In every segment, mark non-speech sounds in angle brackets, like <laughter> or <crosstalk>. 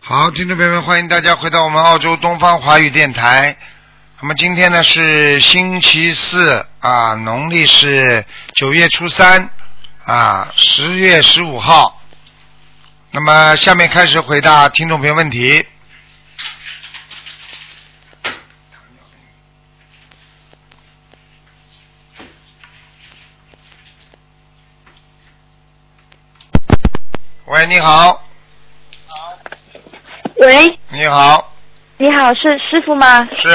好，听众朋友们，欢迎大家回到我们澳洲东方华语电台。那么今天呢是星期四啊，农历是九月初三啊，十月十五号。那么下面开始回答听众朋友问题。喂，你好，喂，你好，你好，是师傅吗？是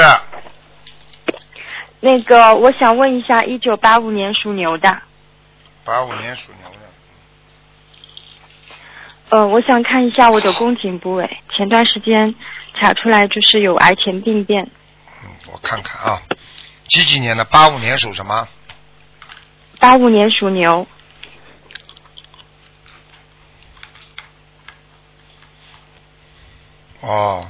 那个，我想问一下，一九八五年属牛的，八五年属牛的。呃，我想看一下我的宫颈部位，前段时间查出来就是有癌前病变，嗯，我看看啊，几几年的？八五年属什么？八五年属牛，哦，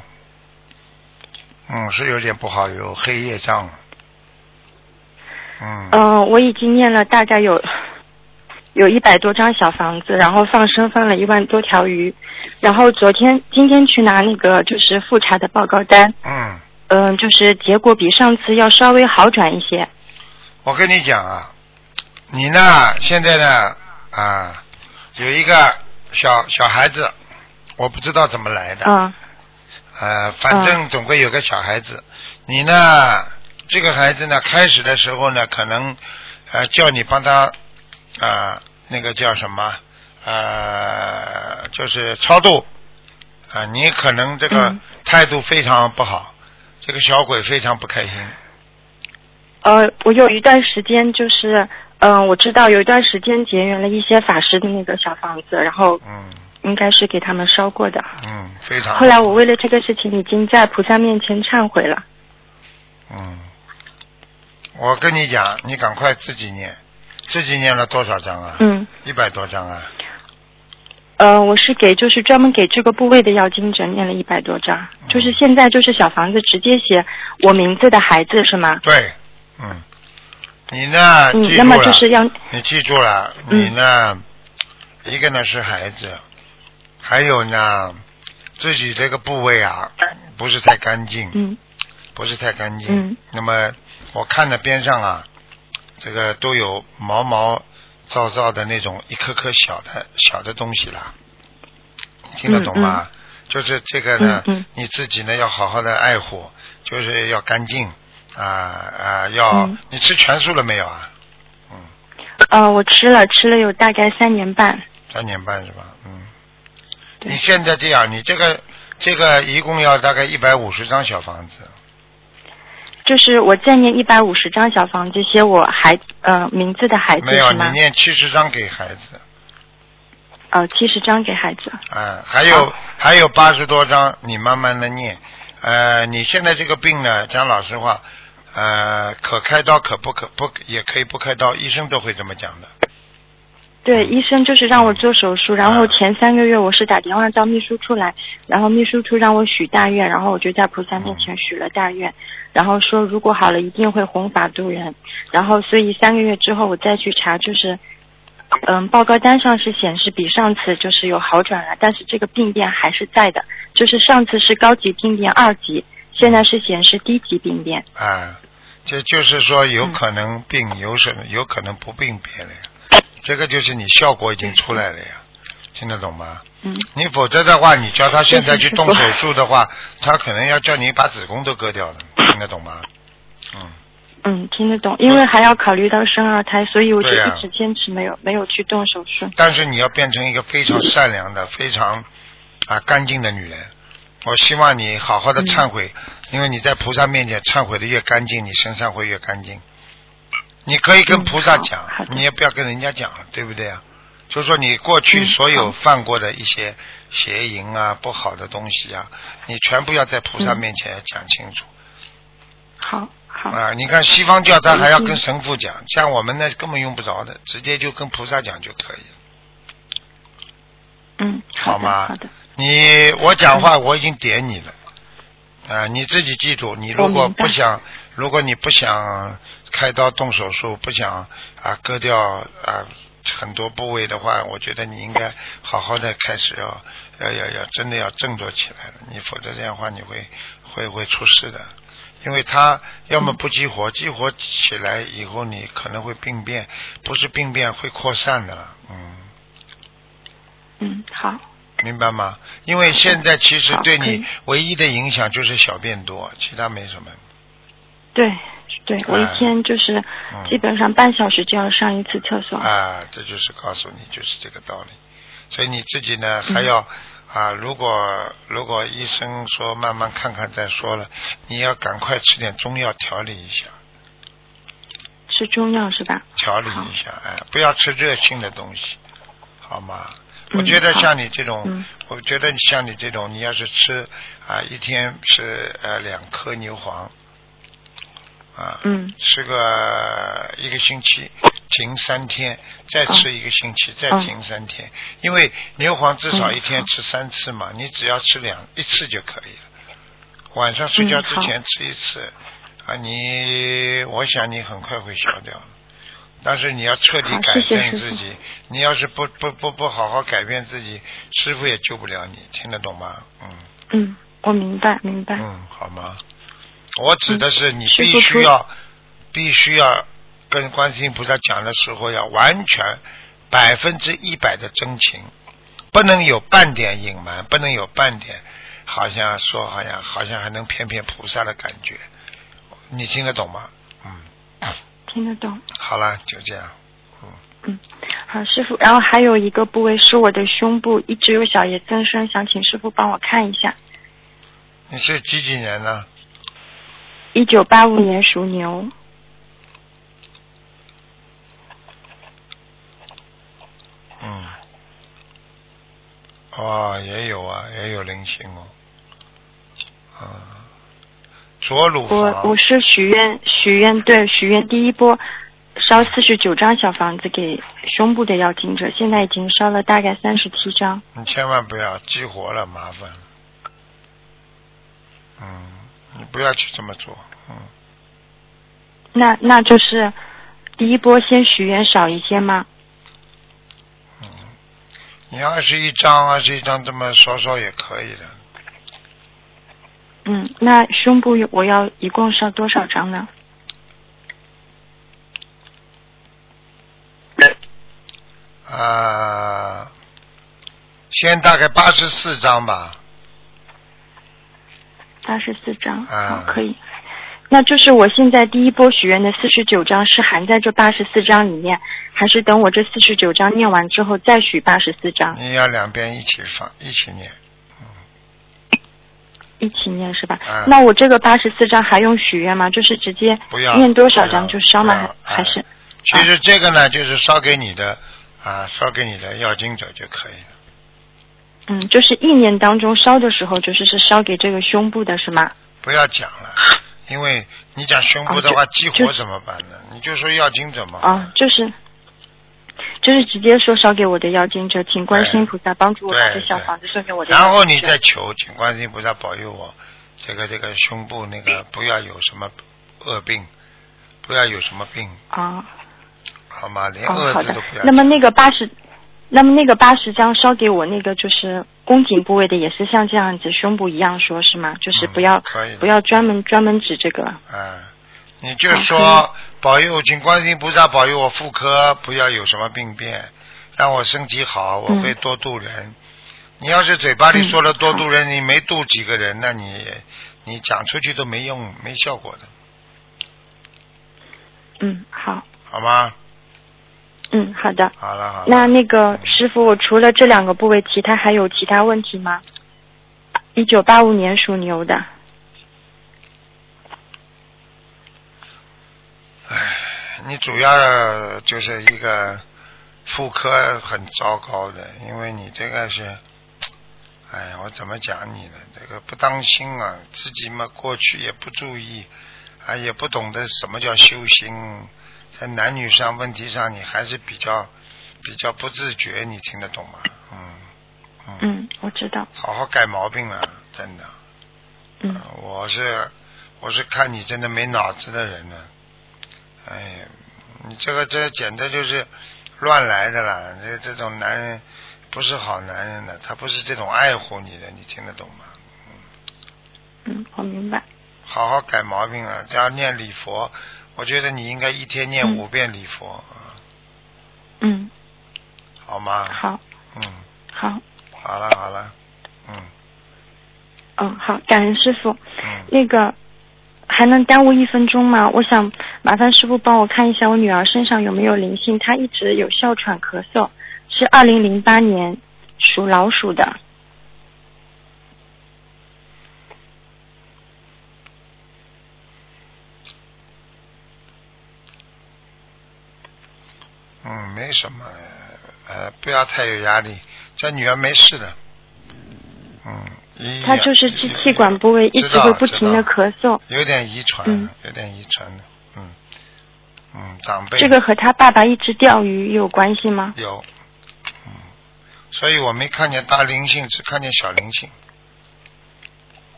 嗯，是有点不好，有黑夜障了。啊嗯，嗯、我已经念了大概有有一百多张小房子，然后放生放了一万多条鱼，然后昨天今天去拿那个就是复查的报告单，嗯，嗯、就是结果比上次要稍微好转一些，我跟你讲啊，你呢现在呢啊有一个小小孩子，我不知道怎么来的，嗯呃，反正总归有个小孩子。你呢，这个孩子呢，开始的时候呢，可能呃叫你帮他啊、呃那个叫什么呃，就是超度啊、你可能这个嗯态度非常不好，这个小鬼非常不开心。呃，我有一段时间就是，嗯、我知道有一段时间结缘了一些法师的那个小房子，然后嗯应该是给他们烧过的。嗯，非常。后来我为了这个事情已经在菩萨面前忏悔了。啊嗯，我跟你讲，你赶快自己念，自己念了多少章啊？嗯，一百多章啊。呃，我是给就是专门给这个部位的药精者念了一百多啊张，就是现在就是小房子直接写我名字的孩子是吗？对，嗯，你呢？嗯啊记，住了。那么就是嗯要你记住了，你呢，一个呢是孩子，还有呢，自己这个部位啊，不是太干净，嗯不是太干净。嗯那么我看的边上啊，这个都有毛毛躁躁的那种一颗颗小的小的东西啦，你听得懂吗？就是这个呢，嗯嗯你自己呢要好好的爱护，就是要干净啊啊，要、嗯你吃全素了没有啊？呃，我吃了吃了有大概三年半，三年半是吧？嗯。对你现在这样，你这个这个一共要大概一百五十张小房子，就是我再念一百五十张小房子写我孩呃名字的孩子没有是你吗？念七十张给孩子，呃，七十张给孩子。啊，还有还有八十多张，你慢慢的念。呃，你现在这个病呢，讲老实话，呃，可开刀可不可不也可以不开刀，医生都会这么讲的。对，医生就是让我做手术，然后前三个月我是打电话叫秘书处来，然后秘书处让我许大愿，然后我就在菩萨面前许了大愿，然后说如果好了一定会弘法度人，然后所以三个月之后我再去查，就是，嗯，报告单上是显示比上次就是有好转了，但是这个病变还是在的，就是上次是高级病变二级，现在是显示低级病变，啊，这就是说有嗯可能病，有什有可能不病别了呀。这个就是你效果已经出来了呀，听得懂吗？嗯，你否则的话，你叫他现在去动是手术的话，他可能要叫你把子宫都割掉的，听得懂吗？嗯，嗯，听得懂，因为还要考虑到生二胎，所以我就对呀一直坚持没有、没有去动手术。但是你要变成一个非常善良嗯的、非常啊干净的女人。我希望你好好的忏悔，嗯因为你在菩萨面前忏悔的越干净，你身上会越干净。你可以跟嗯菩萨好讲，好的你也不要跟人家讲，对不对啊？就说你过去嗯所有好犯过的一些邪淫啊、不好的东西啊，你全部要在菩萨嗯面前讲清楚。好嗯好，啊，你看西方教他还要跟嗯神父讲，像我们呢根本用不着的，直接就跟菩萨讲就可以了。嗯，好的吗好的，你我讲话我已经点你了，啊，你自己记住，你如我果哦明白不想如果你不想开刀动手术，不想啊割掉啊很多部位的话，我觉得你应该好好的开始要要要要真的要振作起来了，你否则这样的话你会会会出事的。因为它要么不激嗯活，激活起来以后你可能会病变，不是病变会扩散的了，嗯，嗯，好，明白吗？因为现在其实嗯好对可你以唯一的影响就是小便多，其他没什么。对对，我一哎天就是嗯基本上半小时就要上一次厕所。啊，这就是告诉你就是这个道理。所以你自己呢嗯还要、啊，如果如果医生说慢慢看看再说了，你要赶快吃点中药调理一下，吃中药是吧？调理一下，哎，不要吃热性的东西，好吗？嗯我觉得好像你这种，嗯我觉得像你这种，你要是吃啊，一天吃呃两颗牛黄，啊，嗯，吃个一个星期，停三天，再哦吃一个星期，再停三天，因为牛黄至少一天吃三次嘛，嗯你只要吃两一次就可以了，晚上睡觉之前吃一次，嗯啊，你我想你很快会消掉的。但是你要彻底好改谢谢变师自傅己，你要是不不不不好好改变自己，师傅也救不了你，听得懂吗？嗯嗯，我明白明白。嗯，好吗？嗯我指的是你师必父须说要必须要跟观世音菩萨讲的时候，要完全百分之一百的真情，不能有半点隐瞒，不能有半点好像说好像好像还能骗骗菩萨的感觉，你听得懂吗？嗯，听得懂，好了，就这样。好师傅。然后还有一个部位是我的胸部，一直有小叶增生，想请师傅帮我看一下。你是几几年呢？一九八五年属牛，嗯，哦，也有啊，也有灵性哦。啊，左乳我我房，是许愿许愿对许愿第一波烧四十九张小房子给胸部的要经者，现在已经烧了大概三十七张。你千万不要激活了，麻烦。嗯，你不要去这么做。嗯，那那就是第一波先许愿少一些吗？你二十一张，二十一张这么烧烧也可以的。嗯，那胸部有我要一共烧多少张呢？啊，先大概八十四张吧。八十四张，啊好，可以。那就是我现在第一波许愿的四十九张是含在这八十四张里面，还是等我这四十九张念完之后再许八十四张你要两边一起放，一起念。一起念是吧？啊那我这个八十四张还用许愿吗？就是直接不要念多少不要张就烧吗？不要还还哎是其实这个呢，就是烧给你的啊，烧给你的要经者就可以了。嗯，就是意念当中烧的时候，就是是烧给这个胸部的是吗？不要讲了，因为你讲胸部的话，啊激就活怎么办呢？你就说要经者嘛。啊，就是就是直接说烧给我的要经者，请观世音菩萨帮助我把这对小对房子送给我的要经者。然后你再求，请观世音菩萨保佑我，这个这个胸部那哎个不要有什么恶病，不要有什么病，啊，好吗？连哦，恶好字的都不要。。那么那个八十，那么那个八十张烧给我那个就是宫颈部位的，也是像这样子胸部一样说是吗？就是嗯不要、可以的不要专门专门指这个。啊，你就嗯说保佑，请观世音菩萨保佑我妇科不要有什么病变，让我身体好，我会多度人。嗯你要是嘴巴里说了多度人，你没度几个人，那你你讲出去都没用，没效果的，嗯，好，好吗？嗯，好的。好了好了，那那个师傅，我除了这两个部位，其他还有其他问题吗？一九八五年属牛的，你主要就是一个妇科很糟糕的，因为你这个是，哎呀，我怎么讲你呢？这个不当心啊，自己嘛过去也不注意，啊也不懂得什么叫修心，在男女上问题上你还是比较比较不自觉，你听得懂吗？嗯嗯，嗯，我知道，好好改毛病了，真的。嗯啊呃我是我是看你真的没脑子的人呢、哎呀，你这个这简直就是乱来的啦！这这种男人不是好男人的，他不是这种爱护你的，你听得懂吗？嗯，我明白。好好改毛病了，要念礼佛。我觉得你应该一天念五遍礼佛，嗯，好吗？好，嗯，好，好了好了，嗯嗯，好，感恩师傅。嗯，那个还能耽误一分钟吗？我想麻烦师傅帮我看一下我女儿身上有没有灵性，她一直有哮喘、咳嗽，是二零零八年属老鼠的。嗯，没什么，呃，不要太有压力。这女儿没事的，嗯，一她就是支气管部位一直会不停的咳，咳嗽，有点遗传，嗯有点遗传的，嗯嗯，长辈这个和她爸爸一直钓鱼有关系吗？有，嗯，所以我没看见大灵性，只看见小灵性。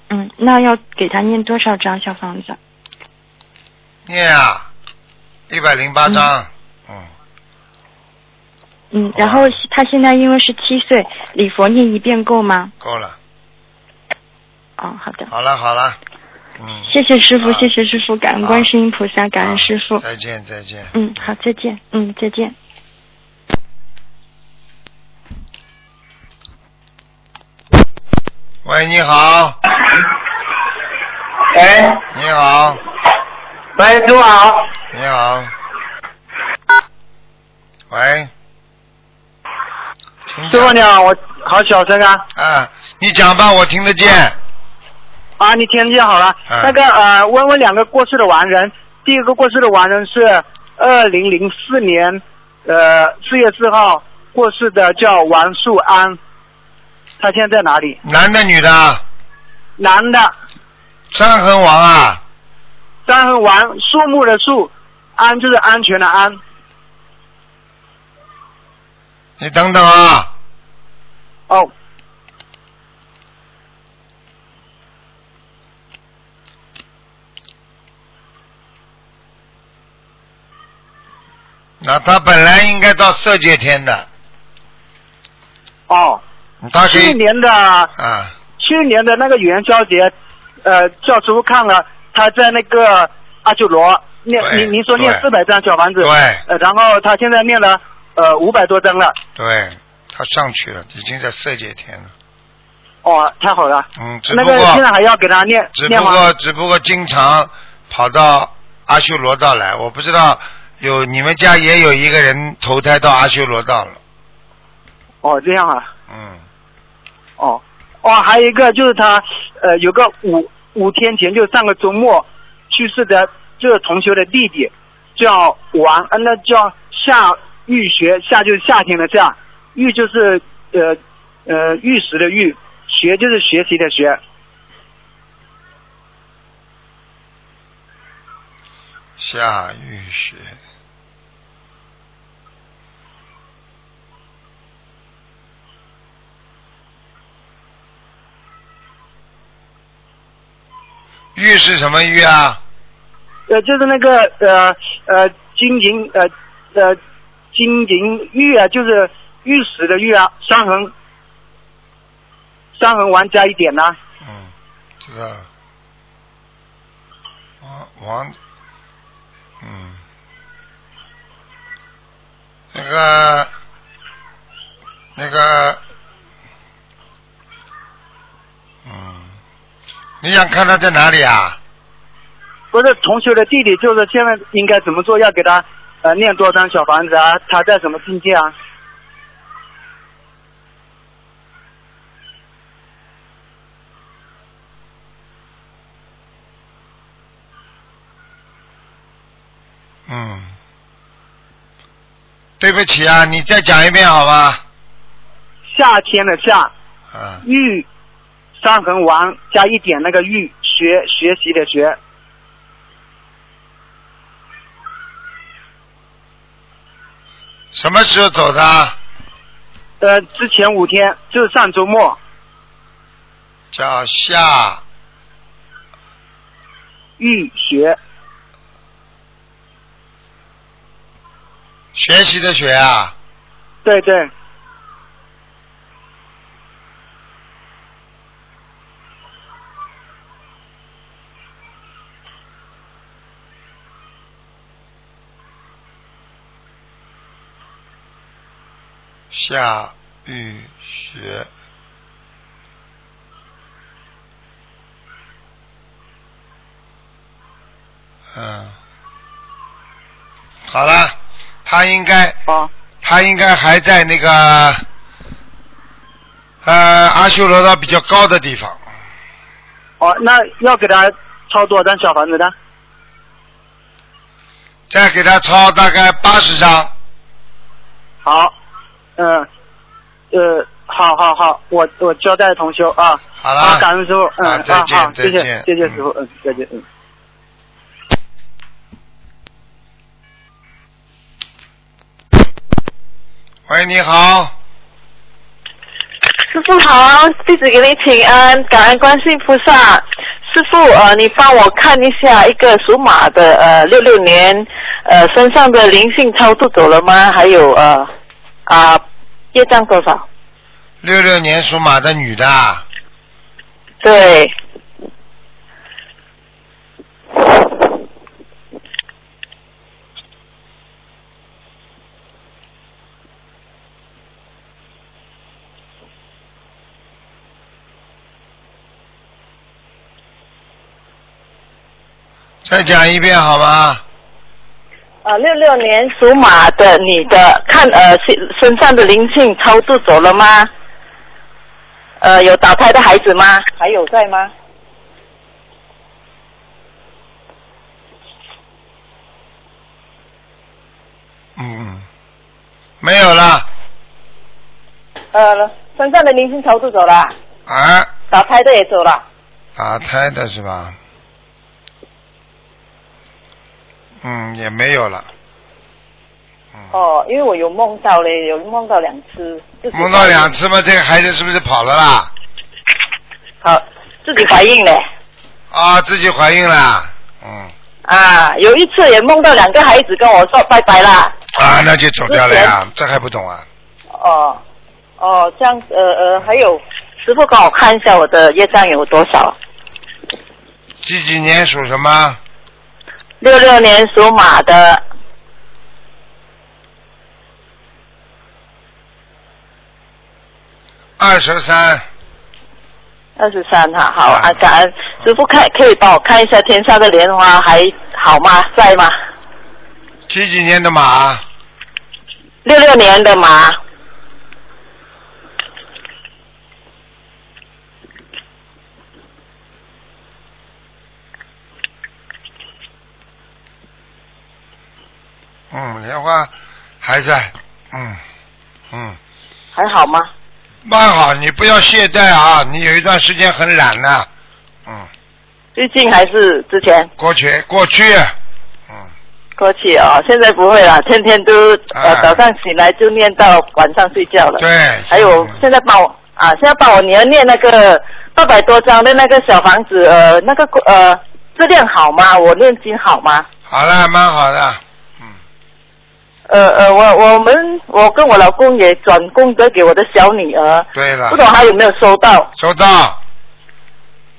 嗯，那要给她念多少张小房子？念啊，一百零八章，嗯，嗯，好吧然后她现在因为是七岁，礼佛念一遍够吗？够了，哦，好的，好了好了，嗯，谢谢师傅，啊谢谢师傅，感恩观世音菩萨，感啊恩师傅。再见再见。嗯，好，再见。嗯，再见。喂，你好，喂，你好，哎喂，中午好。你好，喂，听师傅你好，我好小声啊！啊，你讲吧，我听得见。啊，你听见好了。嗯那个呃，问问两个过世的亡人。第一个过世的亡人是二零零四年呃四月四号过世的，叫王树安。他现在在哪里？男的女的，男的，伤痕王啊，张和王，树木的树，安就是安全的安。你等等啊，哦，那他本来应该到色界天的，哦，他可去以年的啊，去年的那个元宵节，呃，教师傅看了他在那个阿修罗念，对您您说念对四百张小房子，对呃，然后他现在念了呃五百多张了，对，他上去了，已经在色界天了。哦，太好了，嗯，只那不个啊现在过还要给他念只念不吗？过只不过经常跑到阿修罗道来，我不知道有你们家也有一个人投胎到阿修罗道了。哦，这样啊，嗯，哦，哦，还有一个就是他呃有个五五天前就上个周末去世的这个同学的弟弟叫王，呃，那叫夏玉学，夏就是夏天的夏，玉就是呃呃玉石的玉，学就是学习的学。夏雨雪。玉是什么玉啊？呃，就是那个呃呃金银呃呃金银玉啊，就是玉石的玉啊，三横三横王加一点呐、嗯，知道了。王啊王，嗯，那个那个，嗯，你想看他在哪里啊？不是同学的弟弟，就是现在应该怎么做？要给他呃念多少张小房子啊？他在什么境界啊？嗯，对不起啊，你再讲一遍好吧？夏天的夏，啊，玉三横王加一点那个玉，学学习的学。什么时候走的啊？呃，之前五天就是上周末，叫夏玉学，学习的学啊，对对，夏玉学。嗯，好了，他应该哦他应该还在那个呃阿修罗道比较高的地方，哦，那要给他抄多少张小房子呢？再给他抄大概八十张。好，嗯，呃，好好好，我我交代同修啊。好了啊，感恩师傅，嗯，啊啊，再见好，谢再见谢，谢谢师傅嗯，嗯，再见，嗯。喂，你好，师傅好，弟子给你请安，感恩观世音菩萨。师傅，呃，你帮我看一下一个属马的，呃，六六年，呃，身上的灵性超度走了吗？还有，呃，啊，业障多少？六六年属马的女的啊，对，再讲一遍好吗？呃，六六年属马的女的，看呃身身上的灵性超度走了吗？呃，有打胎的孩子吗？还有在吗？嗯，没有了，呃，身上的灵性超度走了，啊，打胎的也走了。打胎的是吧？嗯，也没有了。嗯，哦，因为我有梦到嘞，有梦到两次，自己梦到两次嘛，这个孩子是不是跑了啦？好，自己怀孕嘞啊，自己怀孕啦？嗯，啊，有一次也梦到两个孩子跟我说拜拜啦。啊，那就走掉了呀，这还不懂啊？哦，哦，这样呃呃，还有师傅帮我看一下我的业障有多少？几几年属什么？六六年属马的，二十三。二十三哈，好啊啊，感恩师傅看可以帮我看一下天上的莲花还好吗？在吗？几几年的马？六六年的马，嗯，莲花还在。嗯嗯，还好吗？蛮好，你不要懈怠啊！你有一段时间很懒呐、嗯，最近还是之前？过去过去。嗯，过去哦，现在不会了，天天都呃哎早上醒来就念到晚上睡觉了。对。还有嗯现在帮我啊，现在帮我女儿念那个八百多张的那个小房子，呃，那个呃质量好吗？我念经好吗？好了，蛮好的。嗯，呃呃，我我们我跟我老公也转功德给我的小女儿，对了不，懂她有没有收到？收到。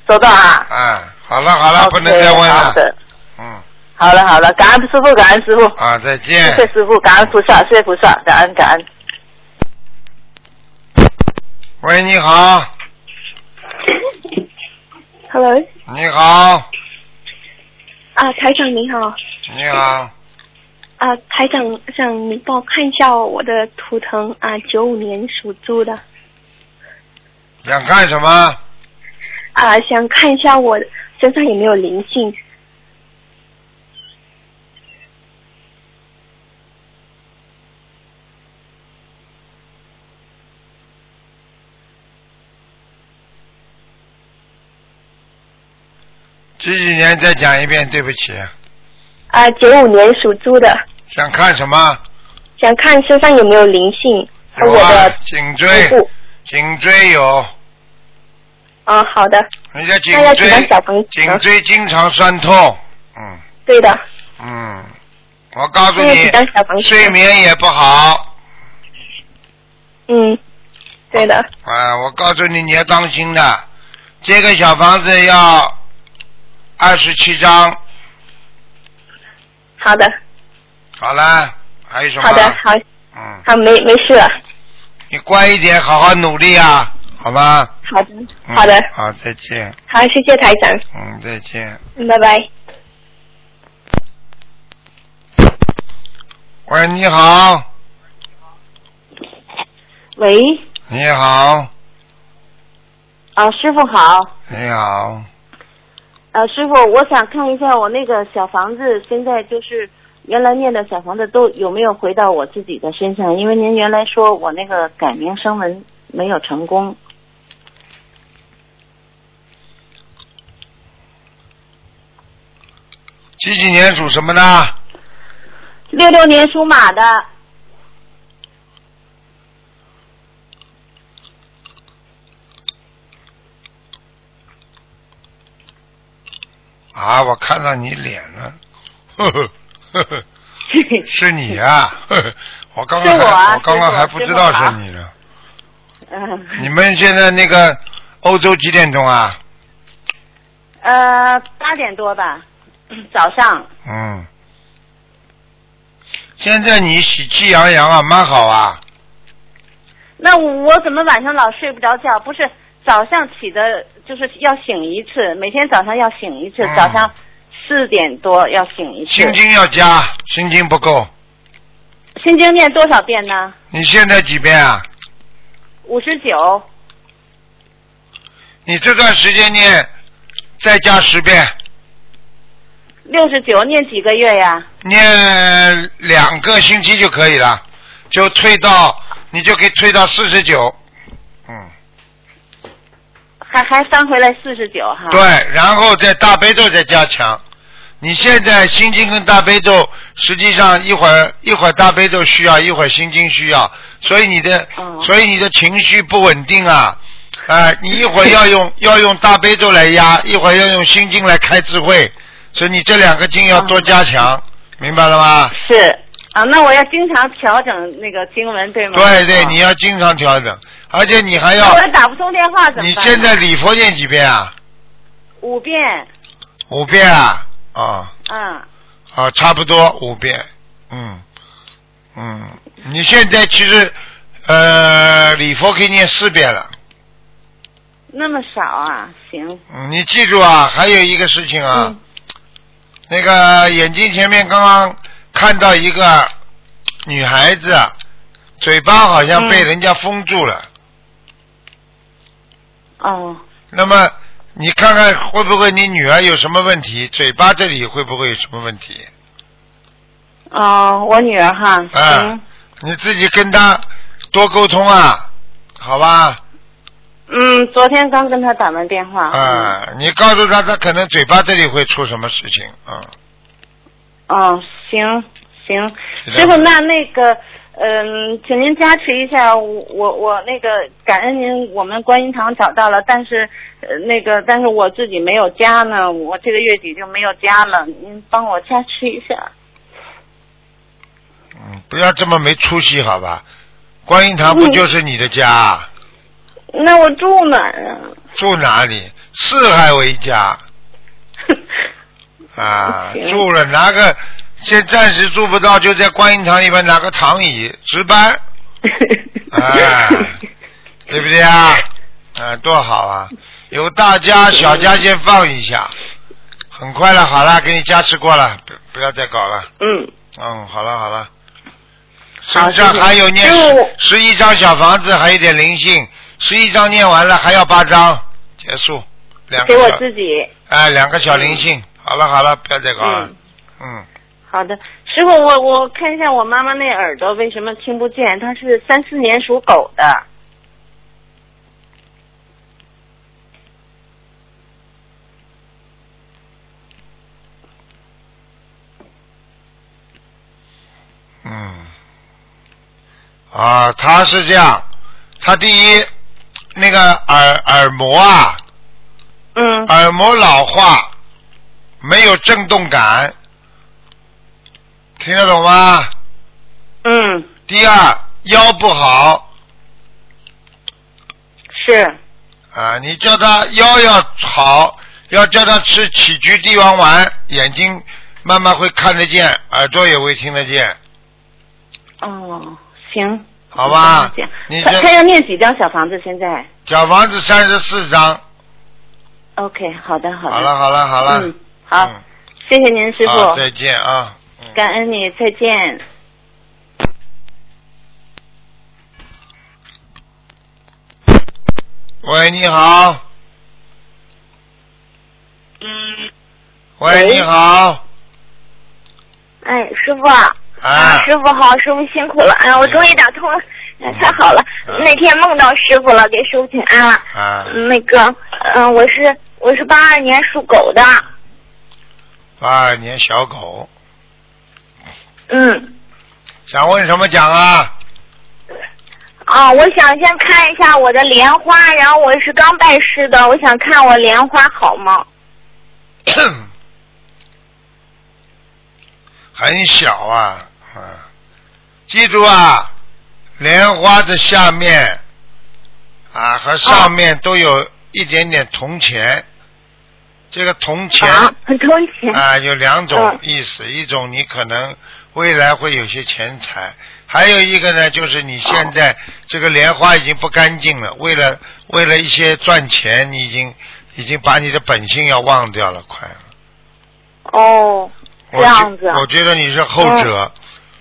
收到啊？啊，好了好了，不能 OK，再问好了。的，嗯，好了好了，感恩师傅，感恩师傅，啊，再见。谢谢师傅，感恩菩萨，谢谢菩萨，感恩感恩。喂，你好， Hello，你好，啊，台长您好，你好，啊，台长想你帮我看一下我的图腾啊，九五年属猪的想干什么？啊，想看一下我身上有没有灵性几几年再讲一遍，对不起。啊，九五年属猪的想看什么？想看身上有没有灵性和哦有我啊的，颈腹椎，部颈椎有，哦啊，好的，你的颈那要几张小朋友椎颈椎经常酸痛，嗯对的，嗯，我告诉那要几张小朋你，友睡眠也不好嗯，对的，啊，我告诉你你要当心的，这个小房子要二十七张，好的，好啦，还有什么？好的，好，嗯，好，没没事了，你乖一点，好好努力啊，好吧？好的，嗯好的，好，再见，好，谢谢台长，嗯，再见。嗯拜拜。喂，你好，喂，你好，啊，师傅好，你好，呃，师傅，我想看一下我那个小房子，现在就是原来念的小房子都有没有回到我自己的身上？因为您原来说我那个改名声纹没有成功，几几年属什么的？六六年属马的，啊，我看到你脸了， <laughs> 呵呵呵呵，是你呀、呵呵， <laughs> 我刚刚是我啊还我刚刚师傅还不知道是你呢。 <laughs> 嗯、你们现在那个欧洲几点钟啊？呃，八点多吧，早上，嗯，现在你喜气洋洋啊，蛮好啊。那我怎么晚上老睡不着觉？不是早上起的，就是要醒一次，每天早上要醒一次，嗯早上四点多要醒一次。心经要加，心经不够。心经念多少遍呢？你现在几遍啊？五十九。你这段时间念，再加十遍，六十九念几个月呀？念两个星期就可以了，就退到你就可以退到四十九。嗯。还还翻回来四十九哈。对，然后在大悲咒再加强。你现在心经跟大悲咒，实际上一会儿一会儿大悲咒需要，一会儿心经需要，所以你的、哦所以你的情绪不稳定啊，啊、你一会儿要 <laughs> 用要用大悲咒来压，一会儿要用心经来开智慧，所以你这两个经要多加强，嗯明白了吗？是啊，那我要经常调整那个经文，对吗？对对，哦你要经常调整，而且你还那要我，要打不通电话怎么办？你现在礼佛念几遍啊？五遍，五遍啊？啊、嗯，啊，差不多五遍。嗯，嗯，你现在其实呃，礼佛可以念四遍了。那么少啊？行，嗯，你记住啊，还有一个事情啊，嗯那个眼睛前面刚刚看到一个女孩子，啊嘴巴好像被嗯人家封住了。哦，那么你看看会不会你女儿有什么问题？嘴巴这里会不会有什么问题？哦，我女儿哈，啊行，你自己跟她多沟通啊，好吧？嗯，昨天刚跟她打完电话，嗯，啊，你告诉他，他可能嘴巴这里会出什么事情啊？哦，行行，是的师傅，那那个，嗯，请您加持一下我我我那个感恩您，我们观音堂找到了，但是呃那个但是我自己没有加呢，我这个月底就没有加了，您帮我加持一下。嗯，不要这么没出息，好吧？观音堂不就是你的家啊？那我住哪儿啊？ <laughs> 住哪里？四海为家啊！行住了拿个，先暂时住不到，就在观音堂里面拿个躺椅值班，哎对不对啊？啊，多好啊！有大家小家先放一下，很快了，好了，给你加持过了，不不要再搞了。嗯，嗯，好了好了，好身上还有念谢谢因为我十十一张小房子，还有点灵性，十一张念完了还要八张，结束，两给我个小自己。哎两个小灵性，好了好了，不要再搞了，嗯，好的，师傅，我我看一下我妈妈那耳朵为什么听不见？她是三四年属狗的。嗯，啊，他是这样，他第一那个耳耳膜啊，嗯耳膜老化，没有震动感，听得懂吗？嗯，第二，腰不好是啊，你叫他腰要好，要叫他吃杞菊地黄丸，眼睛慢慢会看得见，耳朵也会听得见，哦，行，好吧我这样？你他他这要念几张小房子？现在小房子三十四张， OK，好的好的，好了好了好了，嗯，好，嗯谢谢您师好傅，再见啊。嗯感恩你，再见。喂，你好。嗯。喂，喂你好。哎，师傅，哎啊。师傅好，师傅辛苦了，哎呀，我终于打通了，哎，太好了啊！那天梦到师傅了，给师傅请安了。啊，那个，嗯、我是我是八二年属狗的，八二年小狗，嗯，想问什么讲啊？啊，我想先看一下我的莲花，然后我是刚拜师的，我想看我莲花好吗？ <coughs> 很小啊，啊，记住啊，莲花的下面啊和上面都有一点点铜钱，这个铜钱啊，很充钱。啊，有两种嗯意思，一种你可能未来会有些钱财，还有一个呢，就是你现在这个莲花已经不干净了，为了为了一些赚钱，你已经已经把你的本性要忘掉了，快。哦，我这样子觉啊我觉得你是后者，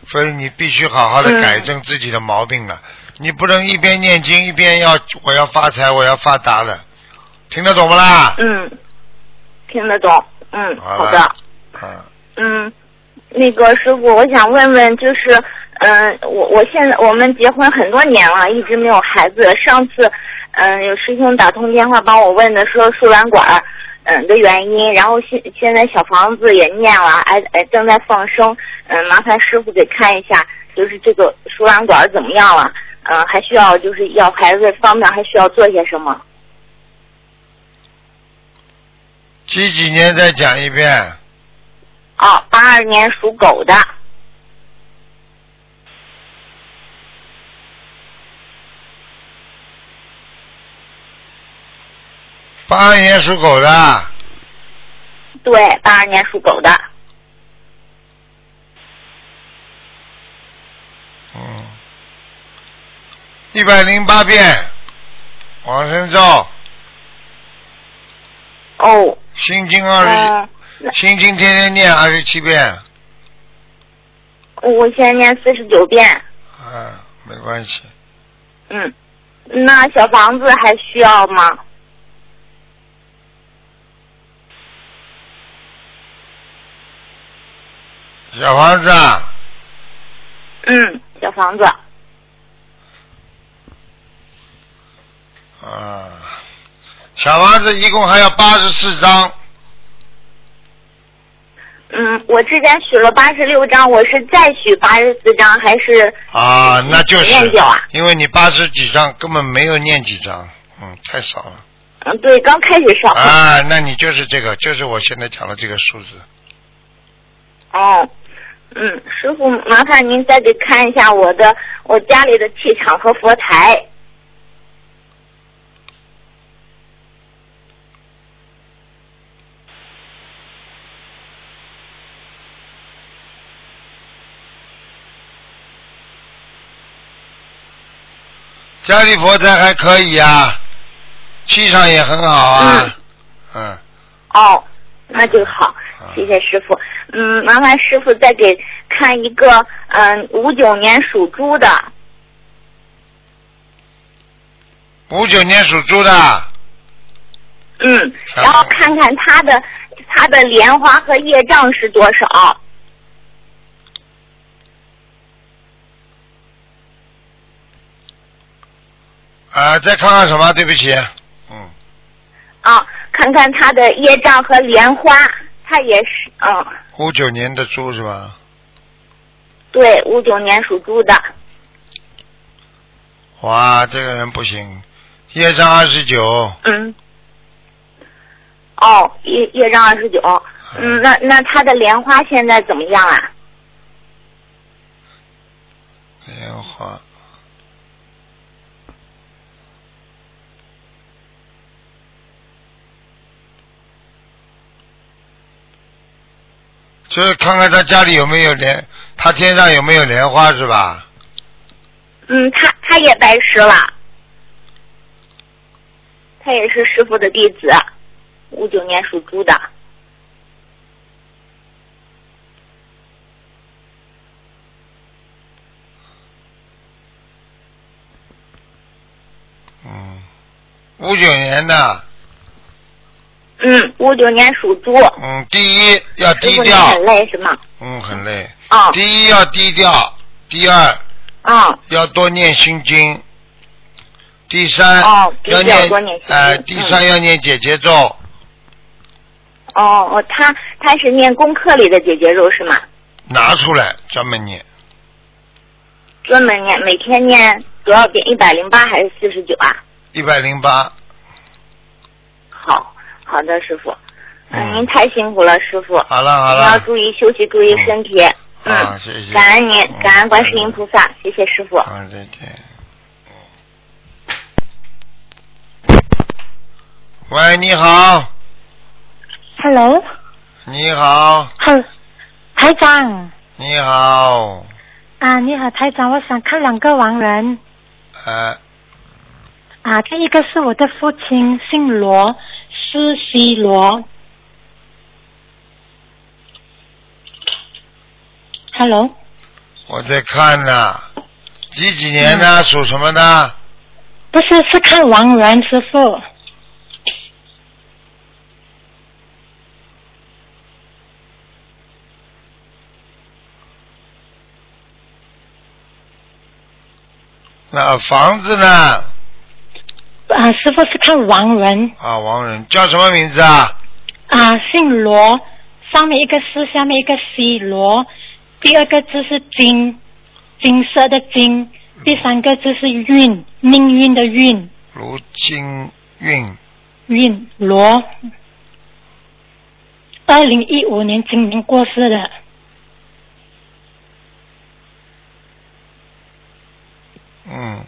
所以你必须好好的嗯改正自己的毛病了。你不能一边念经一边要我要发财我要发达的，听得懂不啦？嗯，听得懂，嗯，好好了的。嗯，嗯，那个师傅，我想问问，就是，嗯、我我现在我们结婚很多年了，一直没有孩子。上次，嗯、有师兄打通电话帮我问的，说输卵管儿，嗯、的原因。然后现现在小房子也念了，哎哎，正在放生。嗯、麻烦师傅给看一下，就是这个输卵管儿怎么样了？嗯、还需要就是要孩子方面还需要做些什么？几几年再讲一遍。啊，八二年属狗的，八二年属狗的，对，八二年属狗的。嗯，一百零八遍，往生咒，哦，心经二嗯、十，心经天天念二十七遍，我现在念四十九遍，啊，没关系，嗯，那小房子还需要吗？小房子啊，嗯，小房子，啊，小房子一共还有八十四张，嗯，我之前许了八十六张，我是再许八十四张，还是啊，那就嗯念是掉啊，因为你八十几张根本没有念几张，嗯，太少了，嗯，对，刚开始少，啊，那你就是这个，就是我现在讲的这个数字，哦，嗯，师傅，麻烦您再给看一下我的我家里的气场和佛台，家里佛台还可以啊，气场也很好啊，嗯，哦，那就好，谢谢师傅，嗯，麻烦师傅再给看一个，嗯，五九年属猪的，五九年属猪的，嗯，然后看看他的他的莲花和业障是多少？啊，再看看什么？对不起，嗯，啊，看看他的业障和莲花，他也是，嗯，五九年的猪是吧？对，五九年属猪的，哇，这个人不行，业障二十九，嗯，哦，一一张二十九。嗯，那那他的莲花现在怎么样啊？莲花。就是看看他家里有没有莲，他天上有没有莲花是吧？嗯，他他也拜师了，他也是师傅的弟子，五九年属猪的。嗯，五九年的，嗯，五九年属猪，嗯，第一要师低傅你调，很累是吗？嗯，很累。啊第一要低调，第二啊、要多念心经，第三、哦低调要念多念心经嗯呃，第三要念姐姐咒，哦，哦，他他是念功课里的解决咒是吗？拿出来专门念，专门念，每天念多少遍？一百零八还是四十九啊？一百零八。好，好的，师傅。嗯，嗯您太辛苦了，师傅。好了好您要了，注意休息，注意身体。嗯，好，啊谢嗯谢。感恩您，感恩观世音萨。菩萨，谢谢师傅。好，啊再见。喂，你好， Hello，你好，好，台长你好，啊，你好，台长，我想看两个亡人呃，啊，第一个是我的父亲，姓罗，施西罗。Hello，我在看呢、几几年嗯呢？属什么呢？不是，是看亡人师傅。那房子呢？啊，师傅是看亡人啊，王仁叫什么名字啊？啊，姓罗，上面一个是，下面一个西罗，第二个字是金，金色的金，第三个字是运，命运的运，卢金运，运罗。二零一五年今年过世的，嗯，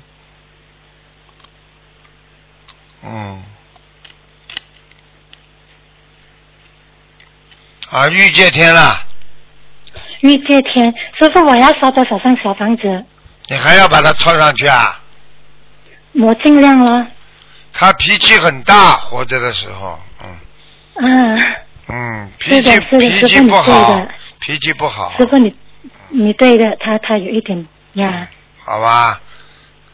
嗯，啊，玉界天了，玉界天，师傅我要烧多少张小房子？你还要把它抄上去啊？我尽量了。他脾气很大，活着的时候，嗯啊，嗯，脾是的气，是的，脾师气傅你不对好的，，脾气不好，师傅你你对的，他他有一点呀，好吧？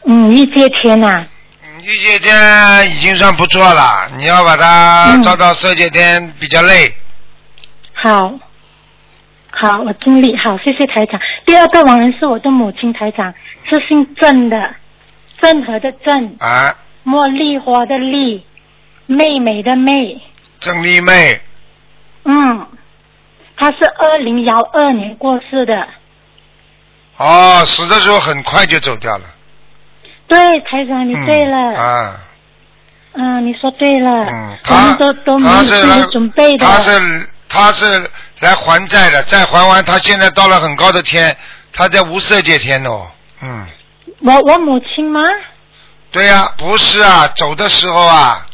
嗯，玉界天呐、嗯玉界天已经算不错了，你要把它嗯招到色界天比较累。好，好，我尽力。好，谢谢台长。第二个亡人是我的母亲，台长是姓郑的，郑和的郑，啊，茉莉花的莉，妹妹的妹。郑丽妹，嗯，她是二零幺二年过世的。哦，死的时候很快就走掉了。对，台长，你嗯对了，啊，嗯、你说对了，嗯，我他们都都没他有是心来理准备的。他是他是来还债的，再还完，他现在到了很高的天，他在无色界天哦。嗯，我我母亲吗？对呀、不是啊，走的时候啊，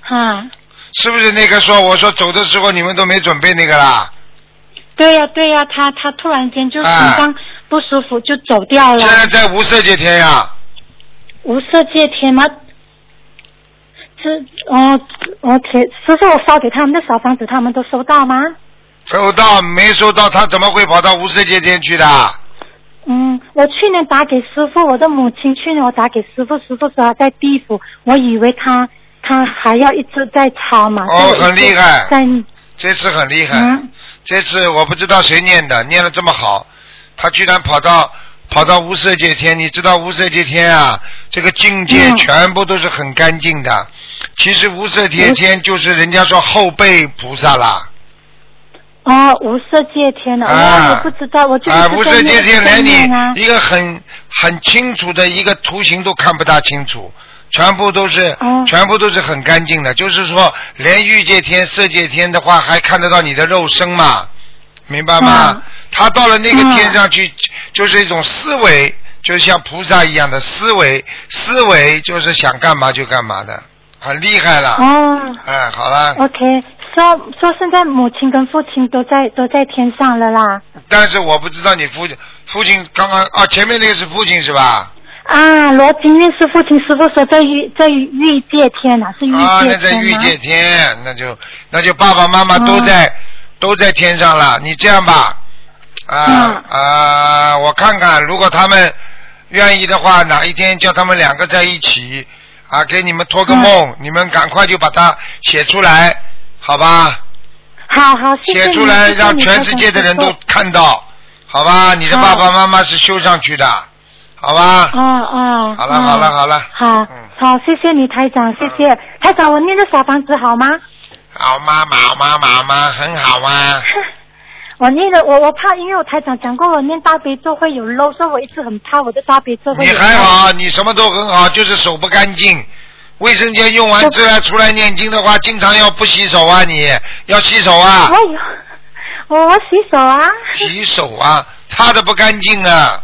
哈，是不是那个说我说走的时候你们都没准备那个啦？对呀、对呀、她她突然间就心哎脏不舒服就走掉了。现在在无色界天呀、无色界天吗？这哦哦天，师傅，我烧给他们的小房子，他们都收到吗？收到没收到？他怎么会跑到无色界天去的？嗯，我去年打给师傅，我的母亲去年我打给师傅，师傅说她在地府，我以为她她还要一直在抄嘛。哦很厉害嗯在这次很厉害。嗯这次我不知道谁念的，念的这么好，他居然跑到跑到无色界天，你知道无色界天啊，这个境界嗯全部都是很干净的。其实无色界天就是人家说后辈菩萨啦，哦无色界天了，啊哦我不知道，我就啊，一无直在色界念天连在念啊你一个很很清楚的一个图形都看不大清楚，全部都是、哦全部都是很干净的，就是说连欲界天、色界天的话，还看得到你的肉身嘛，明白吗？哦他到了那个天上去，嗯就是一种思维，就像菩萨一样的思维，思维就是想干嘛就干嘛的，很厉害了。哦哎，好了， ，OK，说、说现在母亲跟父亲都在都在天上了啦。但是我不知道你父父亲刚刚啊，前面那个是父亲是吧？啊，罗金运是父亲，师傅说在欲在欲界天啊，是欲界天吗？啊，那在御界天，那就那就爸爸妈妈嗯都在、都在天上了。你这样吧，啊、嗯啊，我看看，如果他们愿意的话，哪一天叫他们两个在一起啊，给你们托嗯个梦，你们赶快就把它写出来，好吧？好好，谢谢写你出来谢谢让你全世界的人都看到，好吧？你的好爸爸妈妈是修上去的，好吧？哦哦，好了嗯好了好了嗯好，好，谢谢你台长，谢谢台长，我念的小房子好吗？ <laughs> 好妈妈，好妈妈妈，很好啊。我念的我我怕，因为我台长讲过，我念大悲咒会有漏，所以我一直很怕我的大悲咒会你有还漏。好，啊你什么都很好，就是手不干净。卫生间用完出来出来念经的话，经常要不洗手啊你，要洗手啊，我有，我我洗手啊。洗手啊，擦的不干净啊。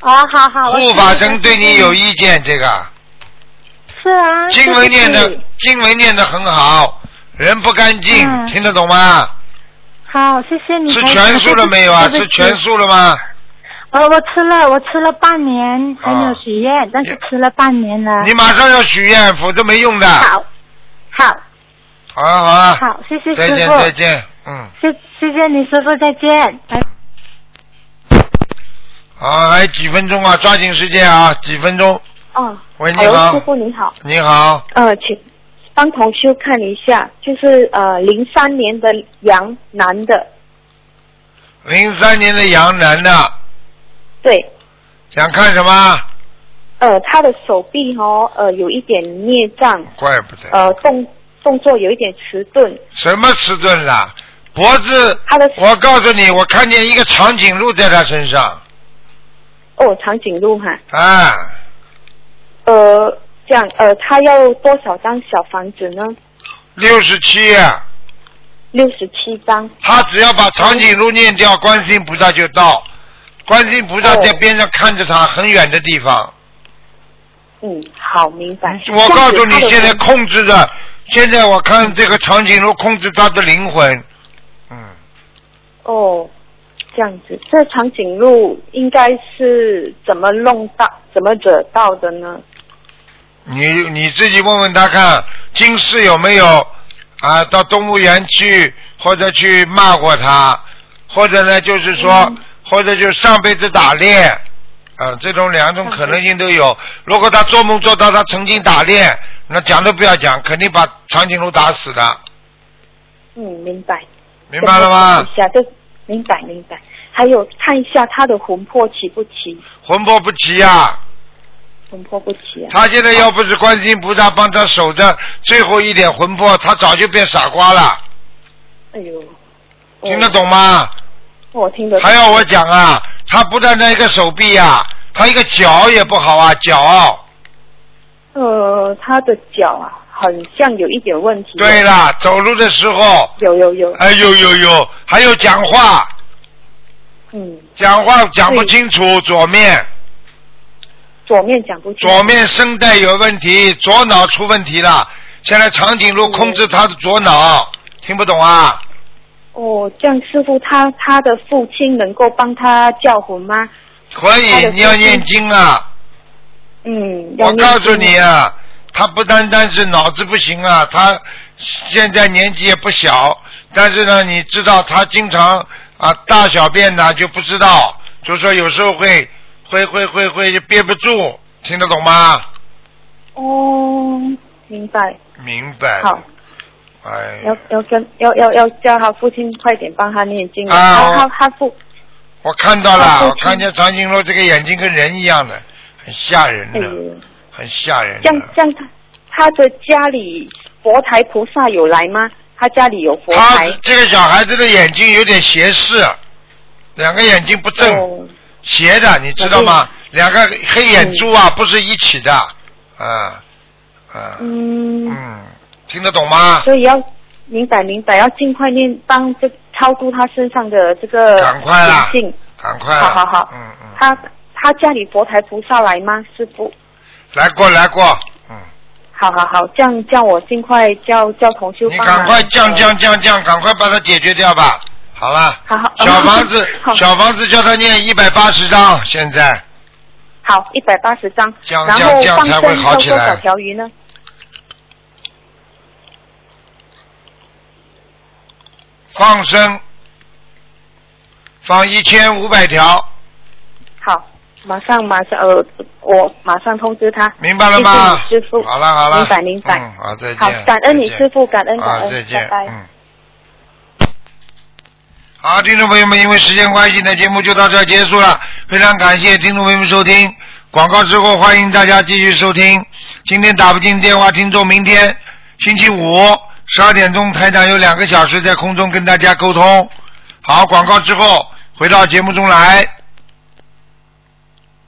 哦，好好。我护法神对你有意见，这个是啊。经文念对不的起经文念的很好，人不干净，嗯听得懂吗？好，谢谢你。吃台长全素了没有啊？对不吃起全素了吗？我呃我吃了，我吃了半年，还没有许愿，但是吃了半年了。啊你马上要许愿，否则没用的。啊好，好，好啊好啊，好，谢谢再师见傅，再见，嗯。谢谢谢你师傅，再见，拜拜。好，还有几分钟啊，抓紧时间啊，几分钟。哦，喂，你 Hello，好师，傅你好，你好，呃，请帮同修看一下，就是呃零三年的羊男的，零三年的羊男的，对，想看什么？呃他的手臂哦，呃有一点孽障，怪不得呃动动作有一点迟钝，什么迟钝了，脖子，我告诉你，我看见一个长颈鹿在他身上，哦长颈鹿哈，啊，呃这样呃他要多少张小房子呢？六十七，啊六十七张，他只要把长颈鹿念掉，观世音菩萨就到，观世音菩萨在边上看着他，很远的地方。嗯，好明白。嗯我告诉你，这样子他的现在灵控制的，现在我看这个长颈鹿控制他的灵魂，嗯哦，这样子，这长颈鹿应该是怎么弄到、怎么惹到的呢？你你自己问问他看，今世有没有啊到动物园去，或者去骂过他，或者呢就是说，或者就是上辈子打猎，啊这种两种可能性都有。如果他做梦做到他曾经打猎，那讲都不要讲，肯定把长颈鹿打死的，嗯，明白。明白了再吗看？一下，这明白明白。还有看一下他的魂魄齐不齐？魂魄不齐呀、魂魄不齐啊。他现在要不是观世音菩萨帮他守着最后一点魂魄，他早就变傻瓜了，哎呦，听得懂吗？我听得懂还要我讲啊？他不但那一个手臂啊，他一个脚也不好啊，脚。呃，他的脚啊，很像有一点问题。对了，走路的时候。有有有。哎呦呦呦，还有讲话。嗯。讲话讲不清楚，左面左面讲不清。左面声带有问题，左脑出问题了。现在长颈鹿控制他的左脑，听不懂啊？哦，这样师傅他他的父亲能够帮他叫魂吗？可他以，的你要父亲念经啊。嗯，要我告诉念经你啊，他不单单是脑子不行啊，他现在年纪也不小，但是呢，你知道他经常啊大小便呢就不知道，就说有时候会会会会会就憋不住，听得懂吗？哦，明白。明白。好。哎，要要跟要要要叫他父亲快点帮他念经啊他他他父我看到好了，父我看见长颈鹿这个眼睛跟人一样的，很吓人哎的，呦，很吓人这样的。这样他他的家里佛台菩萨有来吗？他家里有佛他台。这个小孩子的眼睛有点斜视，两个眼睛不正。哦嗯斜的，你知道吗？两个黑眼珠啊，不是一起的，啊，嗯嗯，嗯，听得懂吗？所以要明白明白，要尽快念，帮这超度他身上的这个赶快啦灵性。赶快。好好好嗯嗯，他他家里佛台菩萨来吗？师傅，来过来过，嗯好好好，这样叫我尽快叫叫同修你帮忙赶快降降降降，赶快把它解决掉吧。好了，好 <laughs> 好小房子小房子叫他念一百八十章，现在好，一百八十张，这样然这样后这样放才生会好要起多来少条鱼呢？放生，放一千五百条，好，马上马上呃，我马上通知他。明白了吗谢谢你师傅，好了好了明白明白。嗯好再见好，感恩你再见师傅，感恩感啊，恩，再见，拜拜。嗯。好，听众朋友们，因为时间关系呢，节目就到这儿结束了。非常感谢听众朋友们收听。广告之后，欢迎大家继续收听。今天打不进电话，听众明天星期五十二点钟，台长有两个小时在空中跟大家沟通。好，广告之后回到节目中来。